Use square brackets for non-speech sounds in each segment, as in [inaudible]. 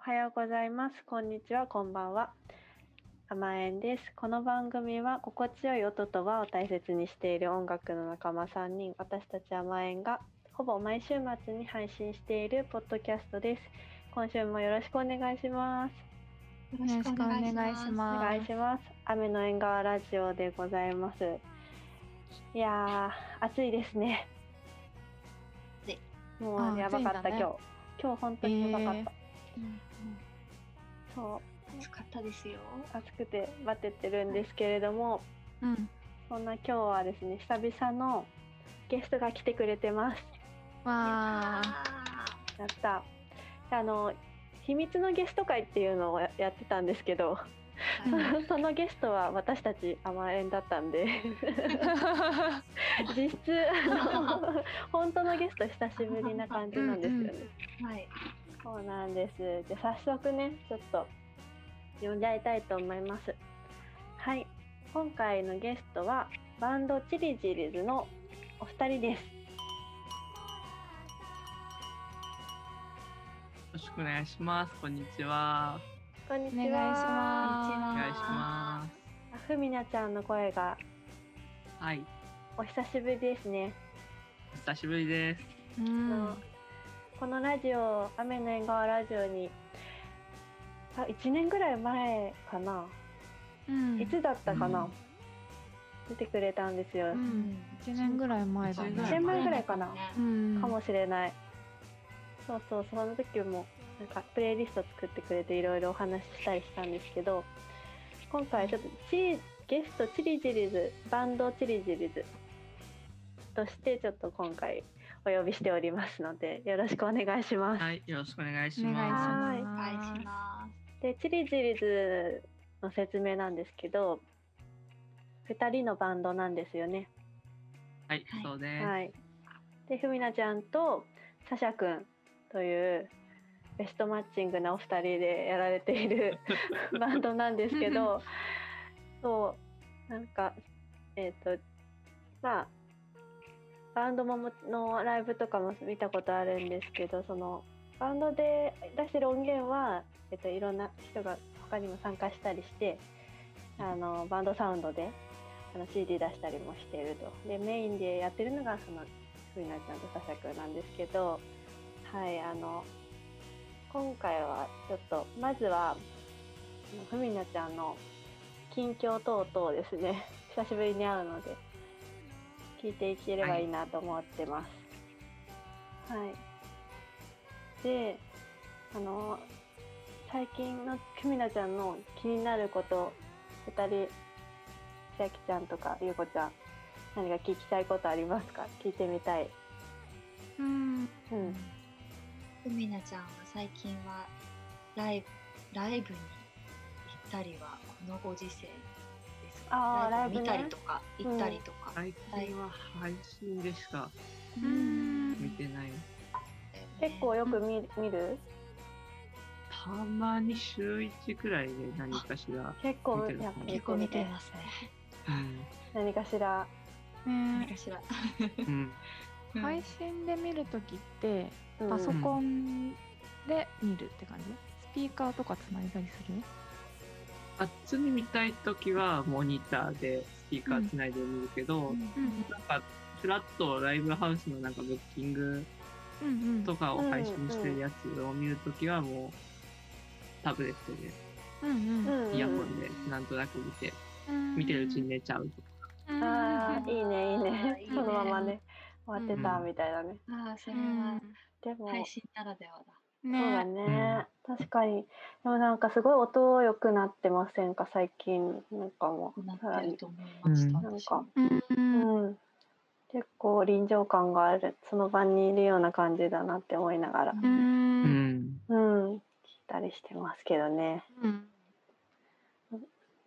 はようございます。こんにちは。こんばんは。甘えんです。この番組は心地よい音と和を大切にしている音楽の仲間3人、私たち甘えんがほぼ毎週末に配信しているポッドキャストです。今週もよろしくお願いします。よろしくお願いしますお願いします。雨の縁側ラジオでございます。いやー、暑いですね。暑いもあうーやばかった、暑いんだね今日。今日本当にやばかった。うんそう、暑かったですよ。暑くてバテてるんですけれども、うん。そんな今日はですね、久々のゲストが来てくれてます。わあ。やった。あの秘密のゲスト会っていうのをややってたんですけど、いやーう [laughs] そのゲストは私たち甘えんだったんで実質あの本当のゲスト久しぶりな感じなんですよね、うんはい。そうなんですじゃあ早速ねちょっと呼んじゃいたいと思いますはい今回のゲストはバンドチリジリズのお二人ですよろしくお願いします。こんにちは。こんにおち願いしはおおま願いします。あふみなちゃんの声がはい、お久しぶりですねお久しぶりです。す。うん。このラジオ雨の縁側ラジオにあ1年ぐらい前かな、うんいつだったかな、うん出てくれたんですよ、うん一年ぐらい前だね。一1年前ぐらいかな、うん。かもしれないそうそうその時もなんかプレイリスト作ってくれていろいろお話ししたりしたんですけど今回ちょっとチリゲストチリジリズバンドチリジリズとしてちょっと今回お呼びしておりますのでよろしくお願いします。はい、よろしくお願いしお願いしまます。お願いしまでチリジリズの説明なんですけど2人のバンドなんですよね。す。はいは、いそうです。はい、でふみなちゃんとサシャくんというベストマッチングなお二人でやられているバンドなんですけどそうなんかえっ、とまあバンドもものライブとかも見たことあるんですけどそのバンドで出してる音源は、えっと、いろんな人が他にも参加したりしてあのバンドサウンドであの CD 出したりもしているとでメインでやってるのがそのふみなちゃんとささくんなんですけどはいあの今回はちょっとまずはふみなちゃんの近況等々ですね [laughs] 久しぶりに会うので聞いていければいいなと思ってます。はい、であの最近のふみなちゃんの気になること2人千秋ちゃんとかゆうこちゃん何か聞きたいことありますか聞いてみたい。うん。うん、す。ふみなちゃんは最近はライブライブに行ったりはこのご時世ですか。あーを見ラたイブねりとか行ったりとか。最近は配信でしかうん見てない。結構よく見る見るたまに週一くらいで何かしら。結構見てるやっぱ結構見てるねますね。何かしらねかしら。うん、配信で見るときってうんパソコンで見るって感じ？スピーカーとかつないだりする？あっちに見たいときはモニターでスピーカーつないで見るけど、うんなんかフラッとライブハウスのなんかブッキングうんとかを配信してるやつを見るときはもうタブレットでうんうんうんうんうんイヤホンでなんとなく見て、見てるうちに寝ちゃうとうか、んあーいいねいいねいいねそのままね終わってたうんみたいなね、ああそれうはんでも、配信ならではだ。そうだね。ね、確かにでもなんかすごい音良くなってませんか最近なんかもなさらってるにと思いました。うんなん私もかうんううんん結構臨場感があるその場にいるような感じだなって思いながらうんうんうん、うん聞いたりしてますけどねうん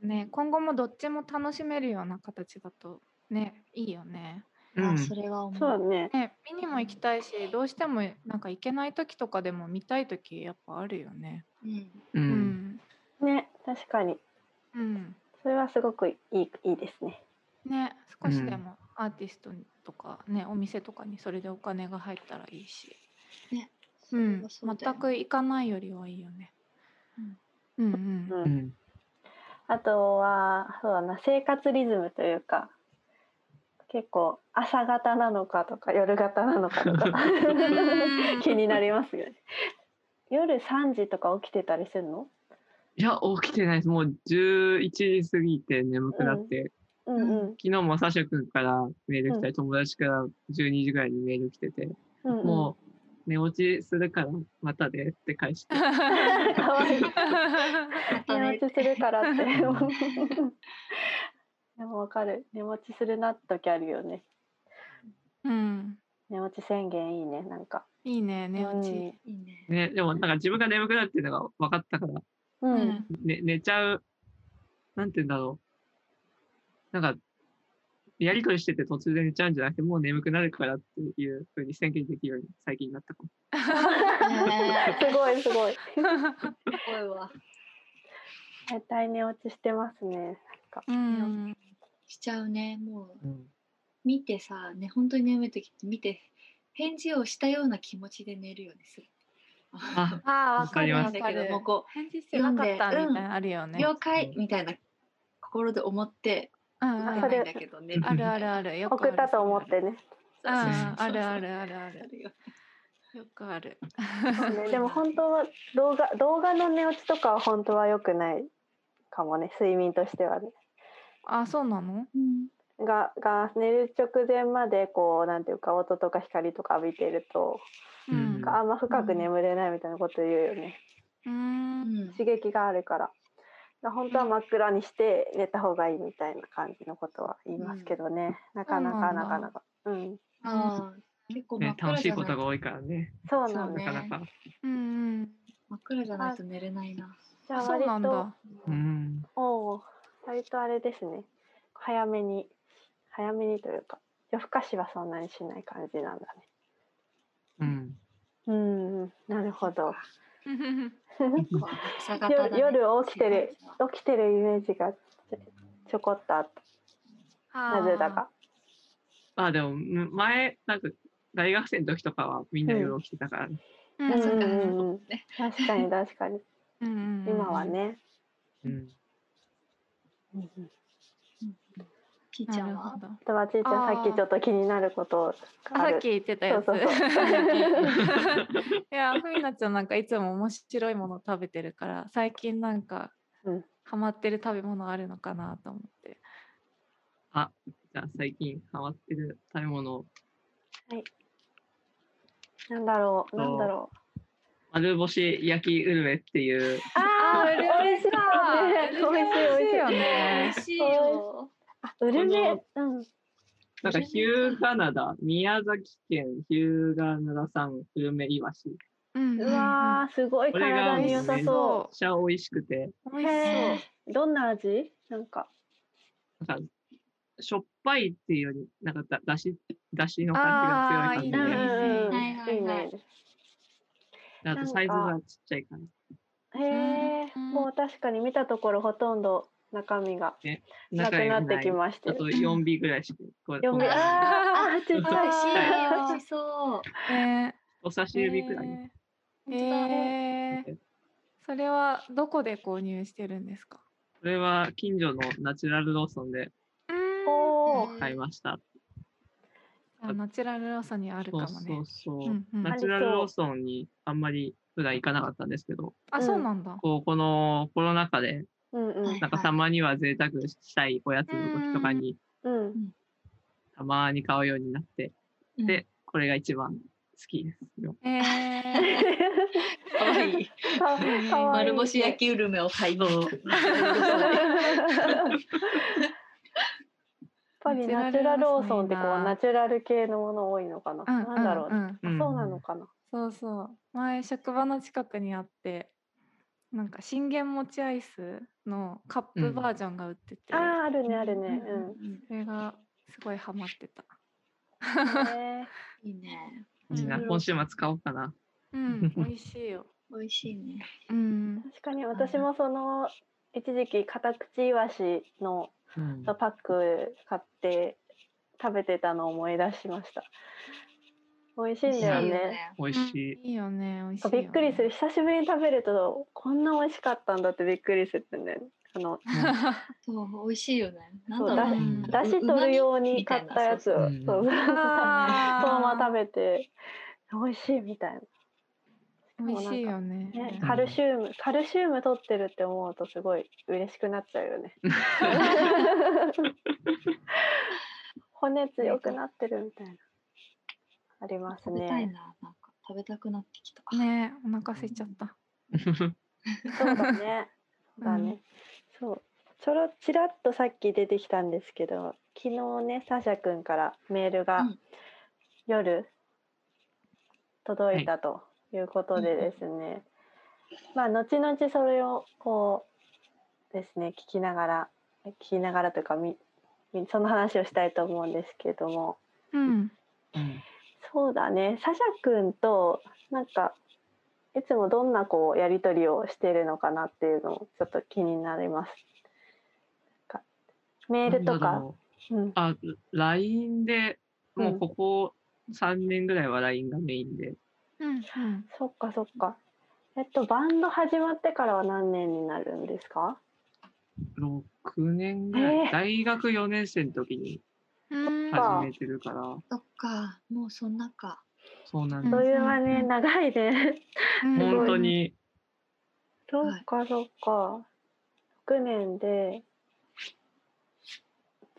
ね今後もどっちも楽しめるような形だとねいいよね。うあん、それは思う。そうだねね見にも行きたいしどうしてもなんか行けない時とかでも見たい時やっぱあるよね。うん。う、うんん、ね確かにうん、それはすごくいいいいですねね少しでもアーティストとかね、お店とかにそれでお金が入ったらいいし、ね。うん、それはそうだよ全く行かないよりはいいよね。うんうんううんん。あとはそうだな生活リズムというか結構朝型なのかとか夜型なのかとか気になりますよね。夜3時とか起きてたりするのいや、起きてないです。もう11時過ぎて眠くなって、うんうん昨日もサシャ君からメール来たり、友達から12時ぐらいにメール来てて、うんうん。もう寝落ちするからまたでって [laughs] 返して。可愛い。また寝ね落ちするからって。うんでもわかる。寝落ちするなって時あるよね。うん寝落ち宣言いいね。なんか。いいね寝落ち。いいね。[laughs] ね、でもなんか自分が眠くなるっていうのが分かったから、うん。うん。ね、寝ちゃう、なんて言うんだろう。なんか、やりとりしてて突然寝ちゃうんじゃなくて、もう眠くなるからっていうふうに宣言できるように最近になったかも。ねすごいすごい。えすごいわ。絶対寝落ちしてますね。うんしちゃうね。もううん、見てさ、ね、本当に眠い時って見て、返事をしたような気持ちで寝るよね。すぐあ、ああわかるわわかだかけどるもう。こ返事してなかったみたい読んでなのあるよう、ね。了解みたいな心で思って、うん打うてんないんだけどね。あるあるある。よくあ送るったと思っ。てね。うんあるある。るあるあある。るよよくある。ねでも本当は動画動画の寝落ちとかは本当は良くないかもね睡眠としてはね。あそうなの？うんがが寝る直前までこうなんていうか音とか光とか浴びていると、ううんん。あんま深く眠れないみたいなこと言うよね、う。うんん刺激があるからだから本当は真っ暗にして寝た方がいいみたいな感じのことは言いますけどね、なかなかそうななんだかなかうんあー結構真っね、楽暗しじいゃなこいとが多いからね、そうなんだ、なかなか。うんうん。真っ暗じゃないと寝れないな。じゃあそう割なんとだ。うん。おう割とあれですね早めに早めにというか夜更かしはそんなにしない感じなんだねうん。うんうんなるほどこう朝方だ夜ね夜起きてる起きてるイメージがちょちょこっとあったなぜだか。まあでも、む前、なんか、大学生の時とかはみんな夜起きてたから、ねううんん。うそんうかうんうん確かに確かにうんうん今は。ね、うん。きーちなゃんるほはど。あとはちいちゃんあーさっきちょっと気になることがさあっるき言ってたやつ。そうそうそう [laughs] いや、ふみなちゃんなんかいつも面白いもの食べてるから、最近なんかうん。ハマってる食べ物あるのかなと思って。じゃあ最近ハマってる食べ物、なんだろうそうなんだろう丸干し焼きうるめっていう、あーうるしい美味しい美味しいよ美ね。味しいよ。あうるめうんなんかうるめヒューガナダ、宮崎県ヒューガナダ産うるめイワシ。めうんうわーすごいこれが体に良さ美味しそっちゃ美味しくて、美味しへうどんな味なんかなんかしょっぱいっていうより、なんかだだし、だしのあー感いじいがね強い感じで、あうんはいはいはいいいねとサイズがちっちゃいから。へえうんもう確かに見たところほとんど中身がなく中になってきないましあたと4尾ぐらいしか、これ、読めこあのーあーちっちょちっとゃい美味しいあー美味しそう。い。ねお刺し指くらいに。ええーそれはどこで購入してるんですか。これは近所のナチュラルローソンでうん。おおうん買いました。あナチュラルローソンにあるかそもうね。そうそう。うんうんナチュラルローソンにあんまり普段行かなかったんですけど、あ、そうなんだ。こうこのコロナ禍で、うんうんなんかはいたまには贅沢したいおやつの時とかに、うんたまに買うようになって、で、これが一番好きですよ。ええ [laughs] 可愛いかかわいい丸干し焼きうるめを買いました。やっぱりナチュラルローソンってこうナチュラル系のもの多いのかな。うんな、んだろう、うねんうんうんそうなのかな。そうそう前職場の近くにあってなんか信玄餅アイスのカップバージョンが売ってて、あああるねあるね。うん。それがすごいハマってたねいいね。みんなうん今週末買おうかな。うん美味しいよ美味しいね。うん確かに私もその一時期カタクチイワシのうんパック買って食べてたのを思い出しました。美味しいんだよ美ね。味しい美味しい。いいよね、美味しいそようね、びっくりする久しぶりに食べるとこんな美味しかったんだってびっくりするんだよね。あのそう、美味しいよね。なんそうだだろううね。ん出汁取るように買ったやつをうそんううそうそのあーまま食べて美味しいみたい美味しいよね。な、ね、うんカルシウムカルシウム取ってるって思うとすごい嬉しくなっちゃうよね [laughs] 骨強くなってるみたいなあります食べたいねな、なんか食べたくなってきた。ねお腹空いちゃった。そうだねそうだね、そうちょろちらっとさっき出てきたんですけど昨日ねサシャくんからメールがうん夜届いたということでですね、まあ後々それをこうですね聞きながら聞きながらというかみみその話をしたいと思うんですけどもうん。うんそうだねサシャくんとなんかいつもどんなこうやり取りをしてるのかなっていうのもちょっと気になります。なんかメールとなんだか、ろうんう、 [laughs] あ、LINE で、もううんここ3年ぐらいは LINE がメインで、うん。うん。そっかそっか。えっとバンド始まってからは何年になるんですか？ 6年ぐらい、えー大学4年生の時にうんか始めてるから、そっか、もうそんなか。そうなんうでんという間うんうねん長いね。す。すごい本当。に、 [laughs] そっかそっか。6年で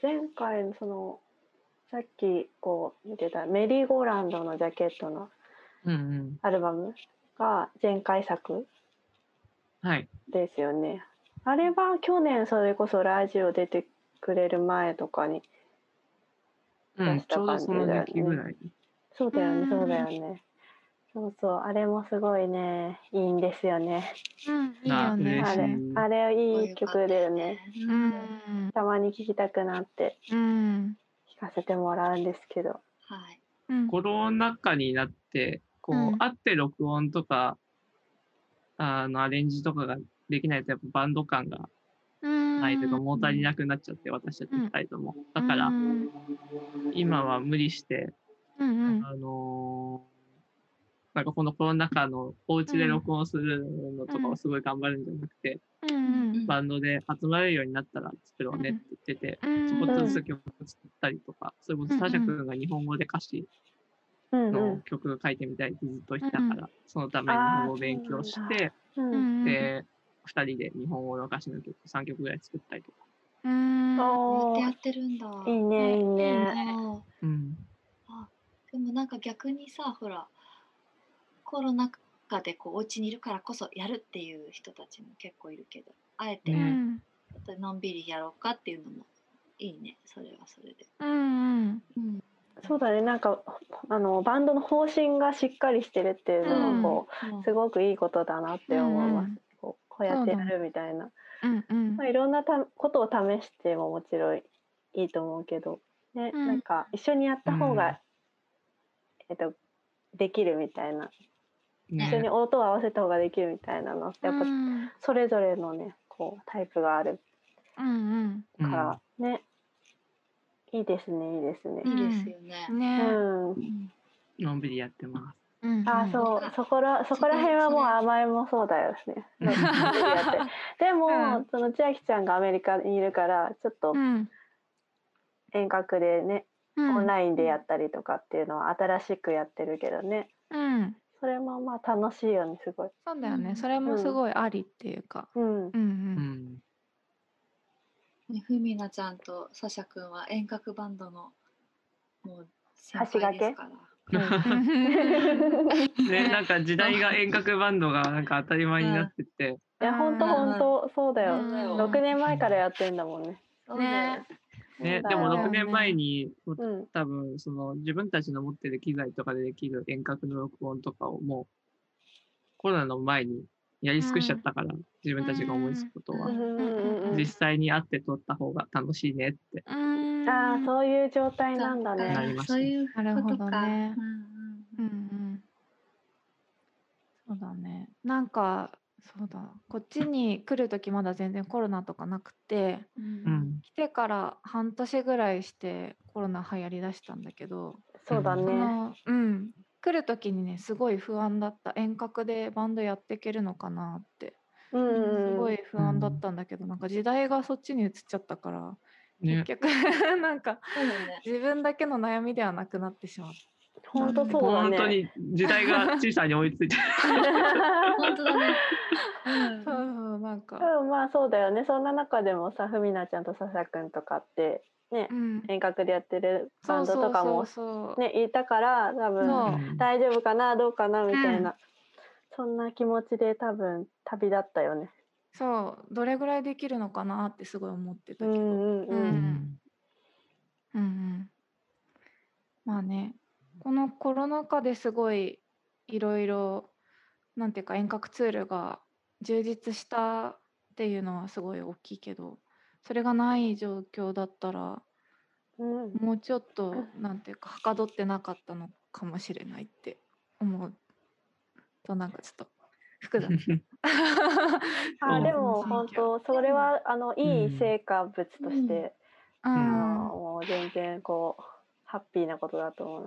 前回のそのさっきこう見てたメリーゴーランドのジャケットのうんアルバムが前回作うん。はい。ですよね。あれは去年それこそラジオ出てくれる前とかにうん、出しちたょうど感じそだよのね時期ぐらい。そうだようねんそうだよね。そうそうあれもすごいねいいんですよね。うん。いいよね。あ嬉しれいあれいいこう曲だよね。うう感んじですね。。たまに聴きたくなってうん。聴かせてもらうんですけど。はい。うん。コロナ禍になって、こう、うん会って録音とか、あの、アレンジとかができないと、やっぱバンド感がないというか、物足りなくなっちゃって、私たち二人とも。だからう、ん今は無理して、うん。あのーなんかこのコロナ禍のお家で録音するのとかをすごい頑張るんじゃなくて、うん。ううんん。バンドで集まれるようになったら作ろうねって言ってて、うん。ちょこっとずうつ曲作ったりとか、それこそうんサシャ君が日本語で歌詞うんのう曲書いてみたいってずっと言ってたかうんら、そのために日本語を勉強して、ん。ううんん。で、2人で日本語の歌詞の曲3曲ぐらい作ったりとか。うん。おこうやーってやってるんだ。いいねいいいいね。ねあうん、ーでもなんか逆にさ、ほら、コロナ禍でこうお家にいるからこそやるっていう人たちも結構いるけど、あえてうねん。のんびりやろうかっていうのもいいね、それはそれで。うん。うん。そうだねなんかあのバンドの方針がしっかりしてるっていうのはこう、すごくいいことだなって思います。うんこうこうやってやるみたいな。うん。うんまあ、。いろんなたことを試してももちろんいいと思うけど、ねうんなんか一緒にやった方が、うんえっと、できるみたいな一緒ねに音を合わせた方ができるみたいなのってやっぱうん。それぞれのねこうタイプがあるうん。うかんらね、いいですねいいですね。いいですよね。うね。んうんのんびりやってまうん。あ [laughs] ーそううんそこらそこら辺はもうそれ甘えもそうだよ [laughs] ね。なんか無理やってでも、うんその千秋ちゃんがアメリカにいるからちょっとうん。遠隔でね、うん。オンラインでやったりとかっていうのは新しくやってるけどねうん。それもまあ楽しいよねすごい。そうだようね。んそれもすごいありっていうか。うんう、んす。う。うんんね、ふみなちゃんとサシャくんは遠隔バンドのもう先橋掛輩けですから。 [laughs] ね、なんか時代が遠隔バンドがなんか当たり前になってって、いや本当うん本 [laughs] 当そうだようん6年前からやってんだもんね。そうだよね、そうだでよもね6年前に、うん多分その自分たちの持ってる機材とかでできる遠隔の録音とかをもうコロナの前にやり尽くしちゃったから、自分たちが思いつくことはう、んうんうん実際に会って撮った方が楽しいねって、うん。ああう。そういう状態なんだなね。りましたそういうこなるほとどか。ねうんううんうんん。そうだね。なんか。そうだこっちに来る時まだ全然コロナとかなくてうんうん来てから半年ぐらいしてコロナ流行りだしたんだけど、そうだそね。のうん来る時にねすごい不安だった遠隔でバンドやっていけるのかなってうんうんすごい不安だったんだけど、なんか時代がそっちに移っちゃったから、ね。結局 [laughs] なんかそうだね。自分だけの悩みではなくなってしまった。本当そうだ本ね当に時代が小さに追いついて本当だね。うん [laughs] そうそうなんか、でもまあ [laughs] そうだよねそんな中でもさふみなちゃんとささくんとかってねうん、遠隔でやってるバンドとかもそうそうそうそう、ねいたから多分そううん大丈夫かなどうかなみたいな、そんな気持ちで多分旅立ったよね。そうどれぐらいできるのかなってすごい思ってたうけど、うんんうんうんうんうんまあねこのコロナ禍ですごいいろいろなんていうか遠隔ツールが充実したっていうのはすごい大きいけどそれがない状況だったらうんもうちょっとなんていうかはかどってなかったのかもしれないって思うとなんかちょっと複雑あそうでも本当それはあのいい成果物として、うあのんもう全然こうハッピーなことだと思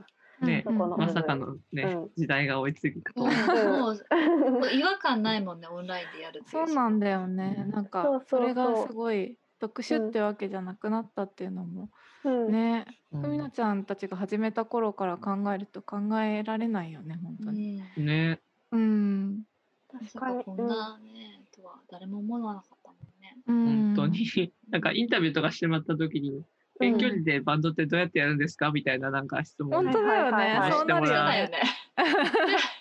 うねうんこのまさかのねうん時代が追いついていくともは。うもうもう違和感ないもんね、オンラインでやるっていそうなんだようね。んなんそかうそうそれがそうすごい特殊ってわけじゃなくなったっていうのも、うん。ね、うんふみなちゃんたちが始めた頃から考えると考えられないよね、本当うに。ん。ね。うん、まさ確かかにこんなね、とは誰も思わなかったもんね。うん本当に、 [laughs] なんかインタビューとかしてもらった時に、うん遠距離でバンドってどうやってやるんですかみたいななんか質問本当だよはいはいね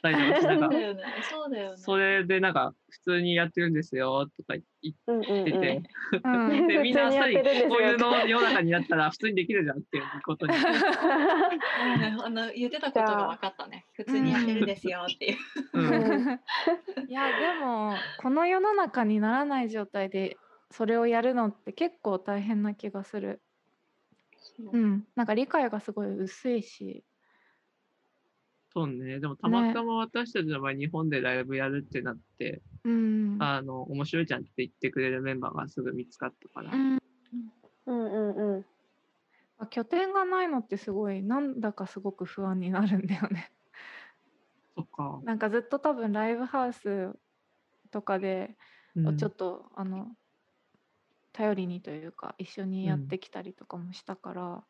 は。いそう [laughs] そうだよね。そうなるよね。うん大丈夫なんかだよね。そうだよね。それでなんか普通にやってるんですよとか言っうんうんてて、うんうでんみんなあっさり普通にやってるんですよこういうの世の中になったら普通にできるじゃんっていうことにうんあの言ってたことが分かったね。普通にやってるんですよっていう。うんいやでもこの世の中にならない状態でそれをやるのって結構大変な気がする。うん、なんか理解がすごい薄いし。そうねでもたまたま私たちの場合日本でライブやるってなって、うん。あの面白いじゃんって言ってくれるメンバーがすぐ見つかったから、うん [laughs] うんうんうん。あ拠点がないのってすごいなんだかすごく不安になるんだよね。そっか、なんかずっと多分ライブハウスとかで、うんちょっとあの頼りにというか一緒にやっうんてきたりとかもしたから、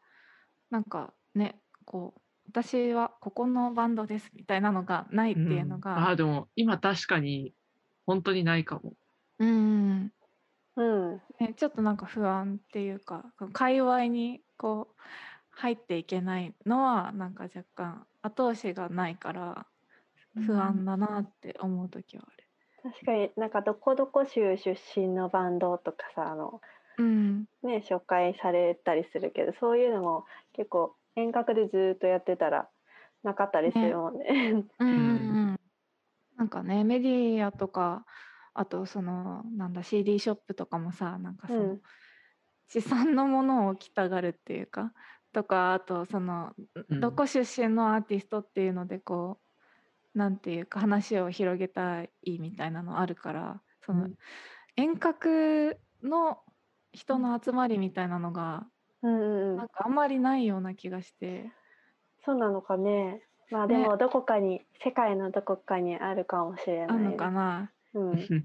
なんかねこう私はここのバンドですみたいなのがないっていうのんあが、ーでも今確かに本当にないかもうんうん、ね、ちょっとなんか不安っていうかこの界隈にこう入っていけないのはなんか若干後押しがないから不安だなって思う時はある。確かになんかどこどこ州出身のバンドとかさあの、うん、ね、紹介されたりするけどそういうのも結構遠隔でずーっとやってたらなかったりするもんね。うんうんううんなんかねメディアとかあとそのなんだ CD ショップとかもさなんかその、うん地産のものを着たがるっていうかとかあとその、うんどこ出身のアーティストっていうのでこうなんていうか話を広げたいみたいなのあるからその、うん。遠隔の人の集まりみたいなのが、うんうんうなんん、かあんまりないような気がして。そうなのかね。まあでもどこかに、世界のどこかにあるかもしれあない、んねのかな、うん、同 [laughs]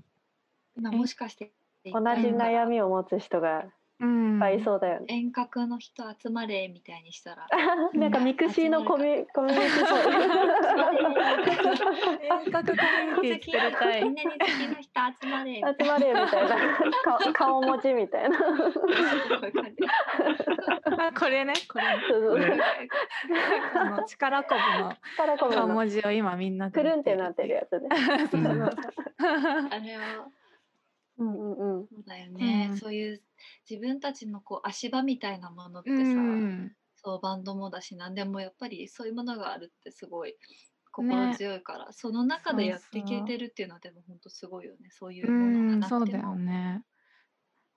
今もしかしてじ悩みを持つ人がいっうん、ぱいいそうだよね。遠隔の人集まれみたいにしたら。んなんかミクシーのコミ [laughs] ュコミュニティ遠隔コミュニティ作りたいみん。なに好きな人集まれ。集まれみたいな [laughs] 顔顔持ちみたいな。あ [laughs] これね、これ、ね、そうそう [laughs] そうこの力こぶカラコムの顔の文字を今みんなくでるんってなってるやつね。つ。そうそうあれはうんうんうん。そうだよね、うんそういう自分たちのこう足場みたいなものってう [laughs] さ、ん、そうバンドもだし何でもやっぱりそういうものがあるってすごい心強いから、その中でやっていけてるっていうのはでも本当すごいよねそういううものん、がなそうくてだよも。ね。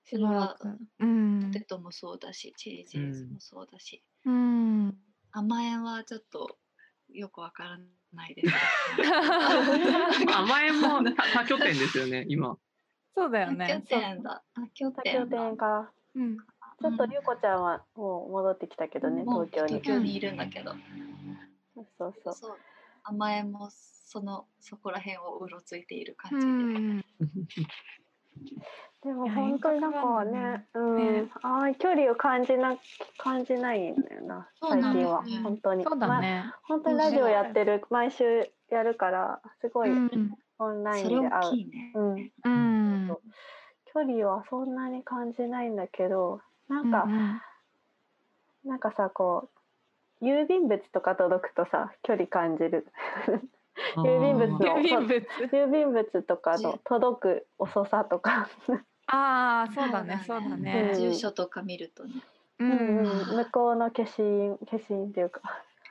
そしればはらく。うんポテ、トもそうだしチリチーズもそうだし、 [laughs] うん、甘えんはちょっとよくわからないです甘えんも多多拠点ですよね今そうだあよね拠。点だ。あ拠多点拠だ点か。そううん、ちょっとゆうこちゃんはもう戻ってきたけどね、もう東京に東。京にいるんだけど。そうそう。そう甘えもそのそこら辺をうろついている感うじで、んでもいや本当になんか遠隔なんだねね、うん、ねああ距離を感じな感じないんだよな、そう最なんです近よは本当に。そうまだあね、本当にラジオやってる毎週やるからすごいうんオンラインそでれ会う。大きいね。うん。うんそう距離はそんなに感じないんだけど、なんか、なんかさこう郵便物とか届くとさ距離感じる。郵便物うんの [laughs] 郵便物郵便物とかの届く遅さとか、ああそうだねそうだね住所とか見るとね、ううんん [laughs] 向こうの消印消印っていうか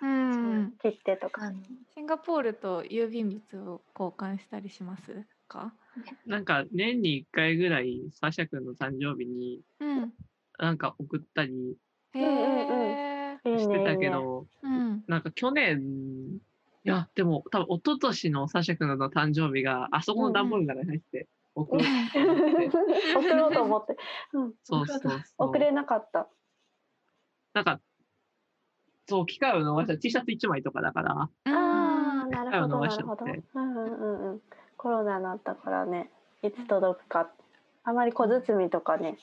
うん切手とか。あのシンガポールと郵便物を交換したりしますかなんか年に1回ぐらいサシャ君の誕生日にうんなんか送ったりうんへえいいねいいしてたけね。ど、うんなんか去年、いや、でも多分一昨年のサシャ君の誕生日があそこの段ボールから入って送るってなって、 [laughs] 送ろうと思 [laughs] って、うん、そうそうそう。送れなかった。なんか、そう、機会を逃した T シャツ1枚とかだから、ああ、なるほど、機会を逃なしちるゃほってど。うんうんうんうん。コロナになったからね、いつ届くか。あまり小包みとかね、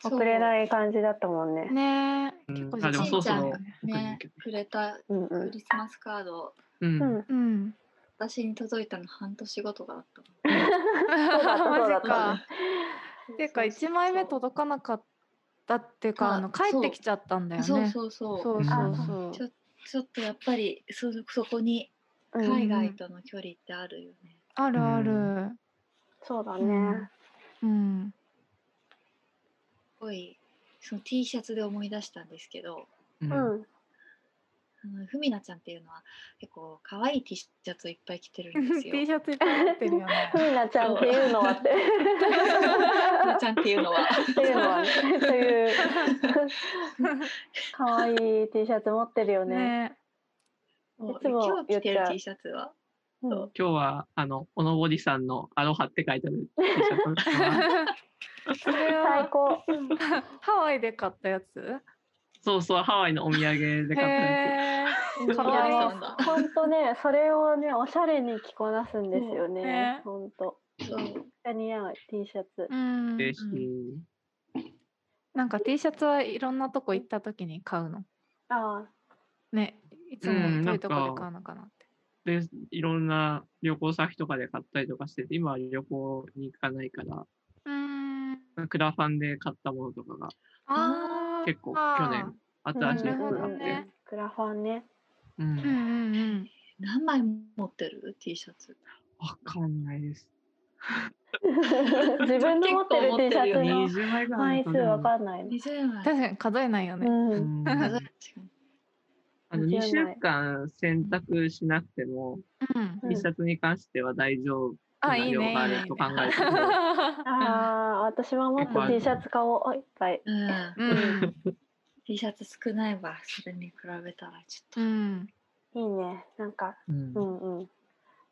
そう送れない感じだったもんね。ねえう結ん構あでも時間そろそろかおかじるねねくれたうんうクん。リスマスカードうん。うん、うん私に届いたの半年後とかだったもんそうだったマそうだジったかそうていうかそうそう1枚目届かなかったっていうかあのそう帰ってきちゃったんだよねそううそうそうそうそうそうちょちょっとやっぱりそそこにうん海外との距離ってあるよね、あるあるそうだうんね。うんすごいその T シャツで思い出したんですけどうんうん。あのふみなちゃんっていうのは結構可愛い T シャツをいっぱい着てるんです T よ。シャツいっぱい持ってるよねふみなちゃんっていうのは [laughs] って。ふみなちゃんっていうのはっていうのはね、という。可愛い T シャツ持ってるよね。ねもういつも今日着て言っるちゃう T シャツはうんそう今日は、あの、おのぼりさんのアロハって書いてある T [laughs] シャツ。それ最は高。ハワイで買ったやつそうそう、ハワイのお土産で買ったへやうんえかわいやりそうそうな本当ね、それをね、おしゃれに着こなすんですよねね。本当。そう似合う T シャツう。つんですし、なんか T シャツはいろんなとこ行った時に買うのああ、ねいつもうんどういうとこなんでか買うのかなってで、いろんな旅行先とかで買ったりとかしてて、今は旅行に行かないから、うんクラファンで買ったものとかがあー結構去年あったらしいなこるほとどがあっねて。クラファンね。ううんん。うんうん何枚持ってる T シャツわかんないです。自分の持ってる T シャツの20枚ぐらい枚ある数のかなわかんないね。 ?20 枚。確かに数えないようね、ん。うん数えるしかないあの間違2い週ない間洗濯しなくても、うん、うん T シャツに関しては大丈夫あないい量ねいいがあねると考えてああ、私はもっと T シャツ買おう。いっぱい。うんうん T シャツ少ないわそれに比べたらちうょっんいいね。なんか、うんう。んうん。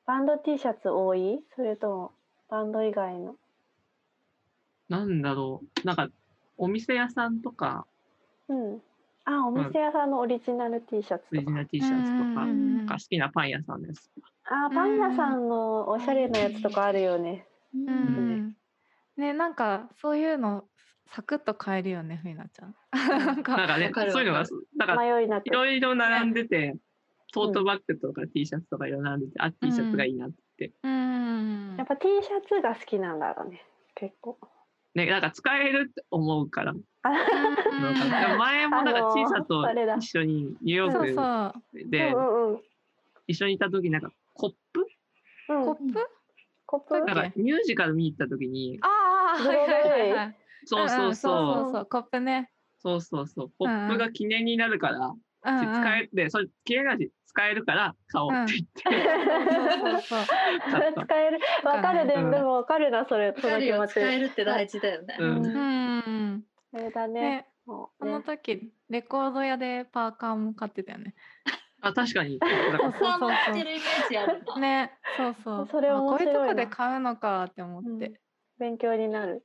バンド T シャツ多いそれとも、バンド以外の。なんだろう。なんか、お店屋さんとか、うん。あ、お店屋さんのオリジナル T シャツオとリジかナ。ル T シャツとか、うんうんうなんんか好きなパン屋さんです。あー、パン屋さんのおしゃれなやつとかあるよね。と、ううんんねなんかそういうのサクッと買えるよねふいなちゃんなんかなんかねわか、るそういうのわがか、なんか、迷いなくい。ろいろ並んでて、トートバッグとか T シャツとかいろいろ並んでて、あ、T シャツがいいなって。うんやっぱ T シャツが好きなんだろうね。結構。ね、なんか使えるって思うから。うんなんかでも前もなんかあの T ーシャツあれだと一緒にニューヨそうそーうクうでんうん一緒にいた時なんかコップうん。うコんッ、プコップだ [laughs] なんかミュージカル見に行った時に、ああブロードウェイそうそそううそう、そうそうコップねそうそうそう、コップが記念になるから、うんうん使えて、それ、切れ味使えるから買おうって言って、そうそうそうそれ [laughs] 使える。わかるで、でうんもわかるな、それ、そ使のえる気よ持使えち。るって大事だよね。ううんんそれだね。ねもうあのね時レコード屋でパーカーも買ってたよねあ、確かに。だからそうそんなしてるイメージあるな。ねそうそうそれあこうい面白うといなこで買うのかって思って勉強になる。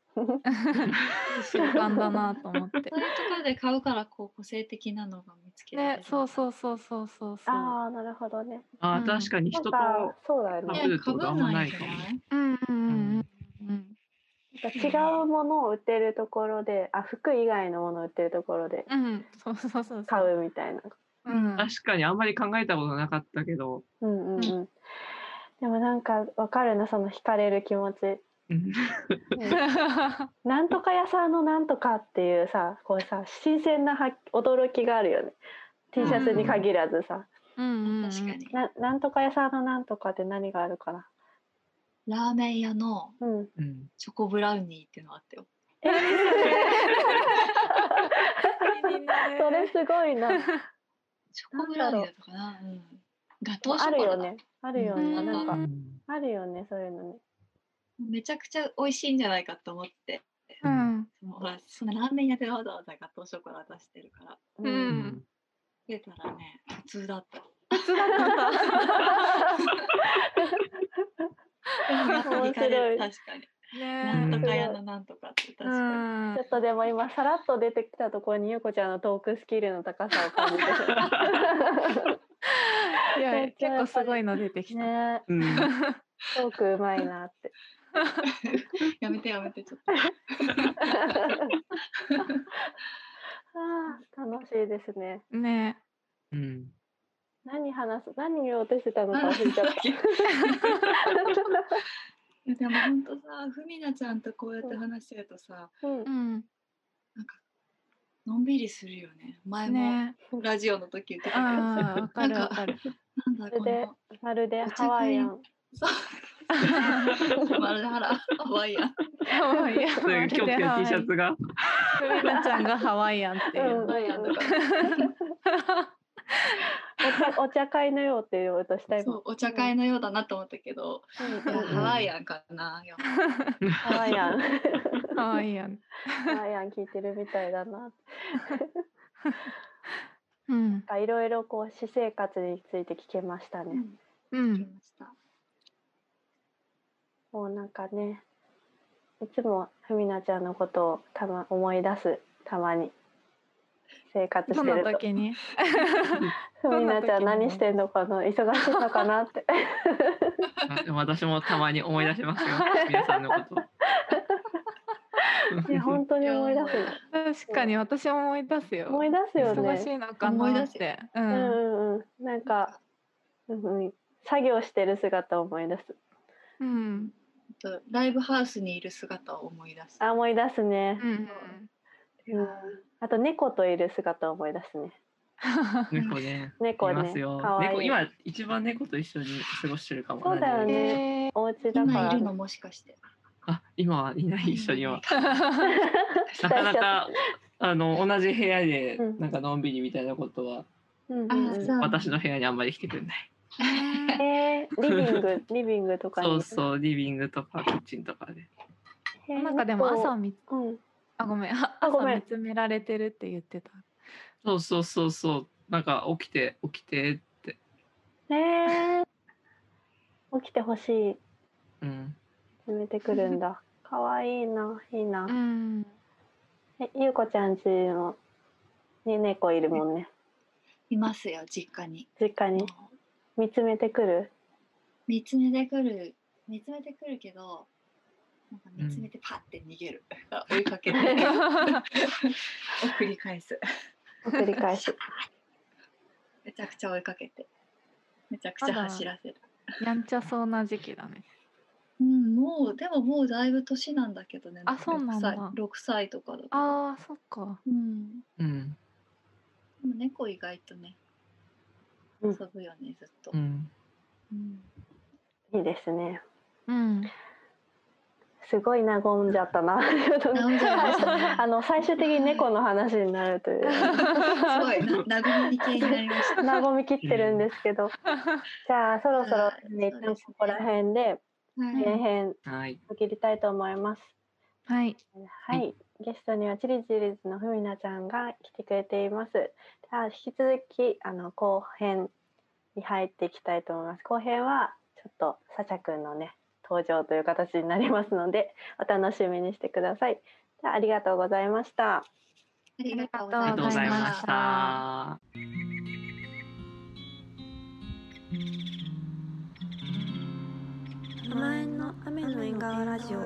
習慣だなと思ってそういうところで買うからこう個性的なのが見つけられるねそううそうそうそうそうそうああ、なるほどね。あうあ、ん確かになん人と、かそうだよね。被るかとぶからあんまなないいじゃかもないうんうんうんうんなんか違うものを売ってるところで、あ、服以外のものを売ってるところでうん、うん、そうそうそうそう買うみたいな。うん確かにあんまり考えたことなかったけど、うんうんう。うんでもなんかわかるな、その惹かれる気持ち。うんなんとか屋さんのなんとかっていうさ、こうさ、新鮮なは驚きがあるよね。T シャツに限らずさ、 [laughs] うんうんうん確かにななんとか屋さんのなんとかって何があるかな。ラーメン屋の [laughs] うん。うん、チョコブラウニーっていうのがあったよえ [laughs] ー気になるそれすごいな。チョコブラウニーだったかなうんガトーシあョるコよラだ、ね。あるよね。うんなんかうあるよね。そういうのね。めちゃくちゃ美味しいんじゃないかと思ってうんそのほらそんなラーメン屋でわざわざガトーショコラ出してるからう。うん [laughs] うん出たらね普通だった普通だったんだ面白い確かになねんとか屋のなんとかって確かにちょっとでも今さらっと出てきたところにゆうこちゃんのトークスキルの高さを感じてしまいやめっ結ちゃやっぱり構すごいの出てきう。た、 [laughs] ねうんトークうまいなって。やめてやめてちょっと。ああ楽しいですね。ねうん何話す何言おうとしてたのか忘れちゃった。でも本当さ、ふみなちゃんとこうやって話してるとさ、うんうんなんかのんびりするよね。前もねラジオの時言ってたけどあさ、あわかるなわんかかるなんだそこれ [laughs] でのまるでハワイアン。マルハラハワイアン。ハワイアン [laughs] そういう狂気の T シャツが、ハワイアンふみなちゃんがハワイアンっていう、うんハワイアンとか。お茶お茶会のようっていう音したいもそん。うお茶会のようだなと思ったけど、いうんやうんハワイアンかな。やっぱハワイアン。ハワイアンハワイアン聞いてるみたいだな。うんいろいろこう私生活について聞けましたね。う聞きんました。もうなんかね、いつもふみなちゃんのことをたま思い出すたまに生活どしんてなると。時にふみなちゃんどんな時に何してんのかな忙しいのかなって。あでも私もたまに思い出し [laughs] ますよ、皆さんのこと。ね本当に思い出確かに私も思い出すす。よ思い出すよ忙しね。いのか思いな出っすてううんんうんうん。なんか、うんうん、作業してる姿を思い出す。うんとライブハウスにいる姿を思い出す。あ思い出すねう。んうんあと猫といる姿を思い出すね。 [laughs] 猫ね。猫いね。ますよ。可愛い猫今一番猫と一緒に過ごしてるかも。そうだよ何ねよりえーお家だか今ら [laughs] いるのもしかして。あ今はいない一緒には。 [laughs] なかな期待しちゃ [laughs] かあの同じ部屋でうんなんかのんびりみたいなことは、うんうんあうんそう私の部屋にあんまり来てくれない。えー、リビングリビングとかにそうそうリビングとかキッチンとかで。えーなんかでも朝見猫うんあごめんああご朝めん見つめられてるって言って [laughs] たそうそうそうそうなんか起きて起きてって。えー、起きてほしいうん。決めてくるんだ可愛いないいな、うんえゆうこちゃんちもに猫いるもんねいますよ実家に。実家にもう見つめてくる見つめてくる見つめてくるけどなんかうん見つめてパッて逃げる、追いかけて送り返す繰り返 [laughs] しめちゃくちゃ追いかけてめちゃくちゃ走らせるやんちゃそうな時期だうね。んもうでももうだいぶ年なんだけどねあそうなんだ6歳 ,6 歳とかだとああ、そっか。うんうんでも猫意外とねう遊んぶよねずっと、うん。うんいいですね [laughs] うん。すごい和んじゃったな和んじゃいましたね [laughs] あの最終的に猫の話になると [laughs] いうすご [laughs] いな和み系になりましたは和み切ってるんですけど、じゃあそろそろはいね一そ旦うですねここら辺でい前編はい。区切りたいと思います。はい。はい、ゲストにはチリチリズのふみなちゃんが来てくれています。では引き続きあの後編に入っていきたいと思います。後編はちょっとさちゃくんのね登場という形になりますのでお楽しみにしてください。じゃあありがとうございました。ありがとうごあざりいがとうまごしざいまたし。た。名前の雨の縁側ラジオ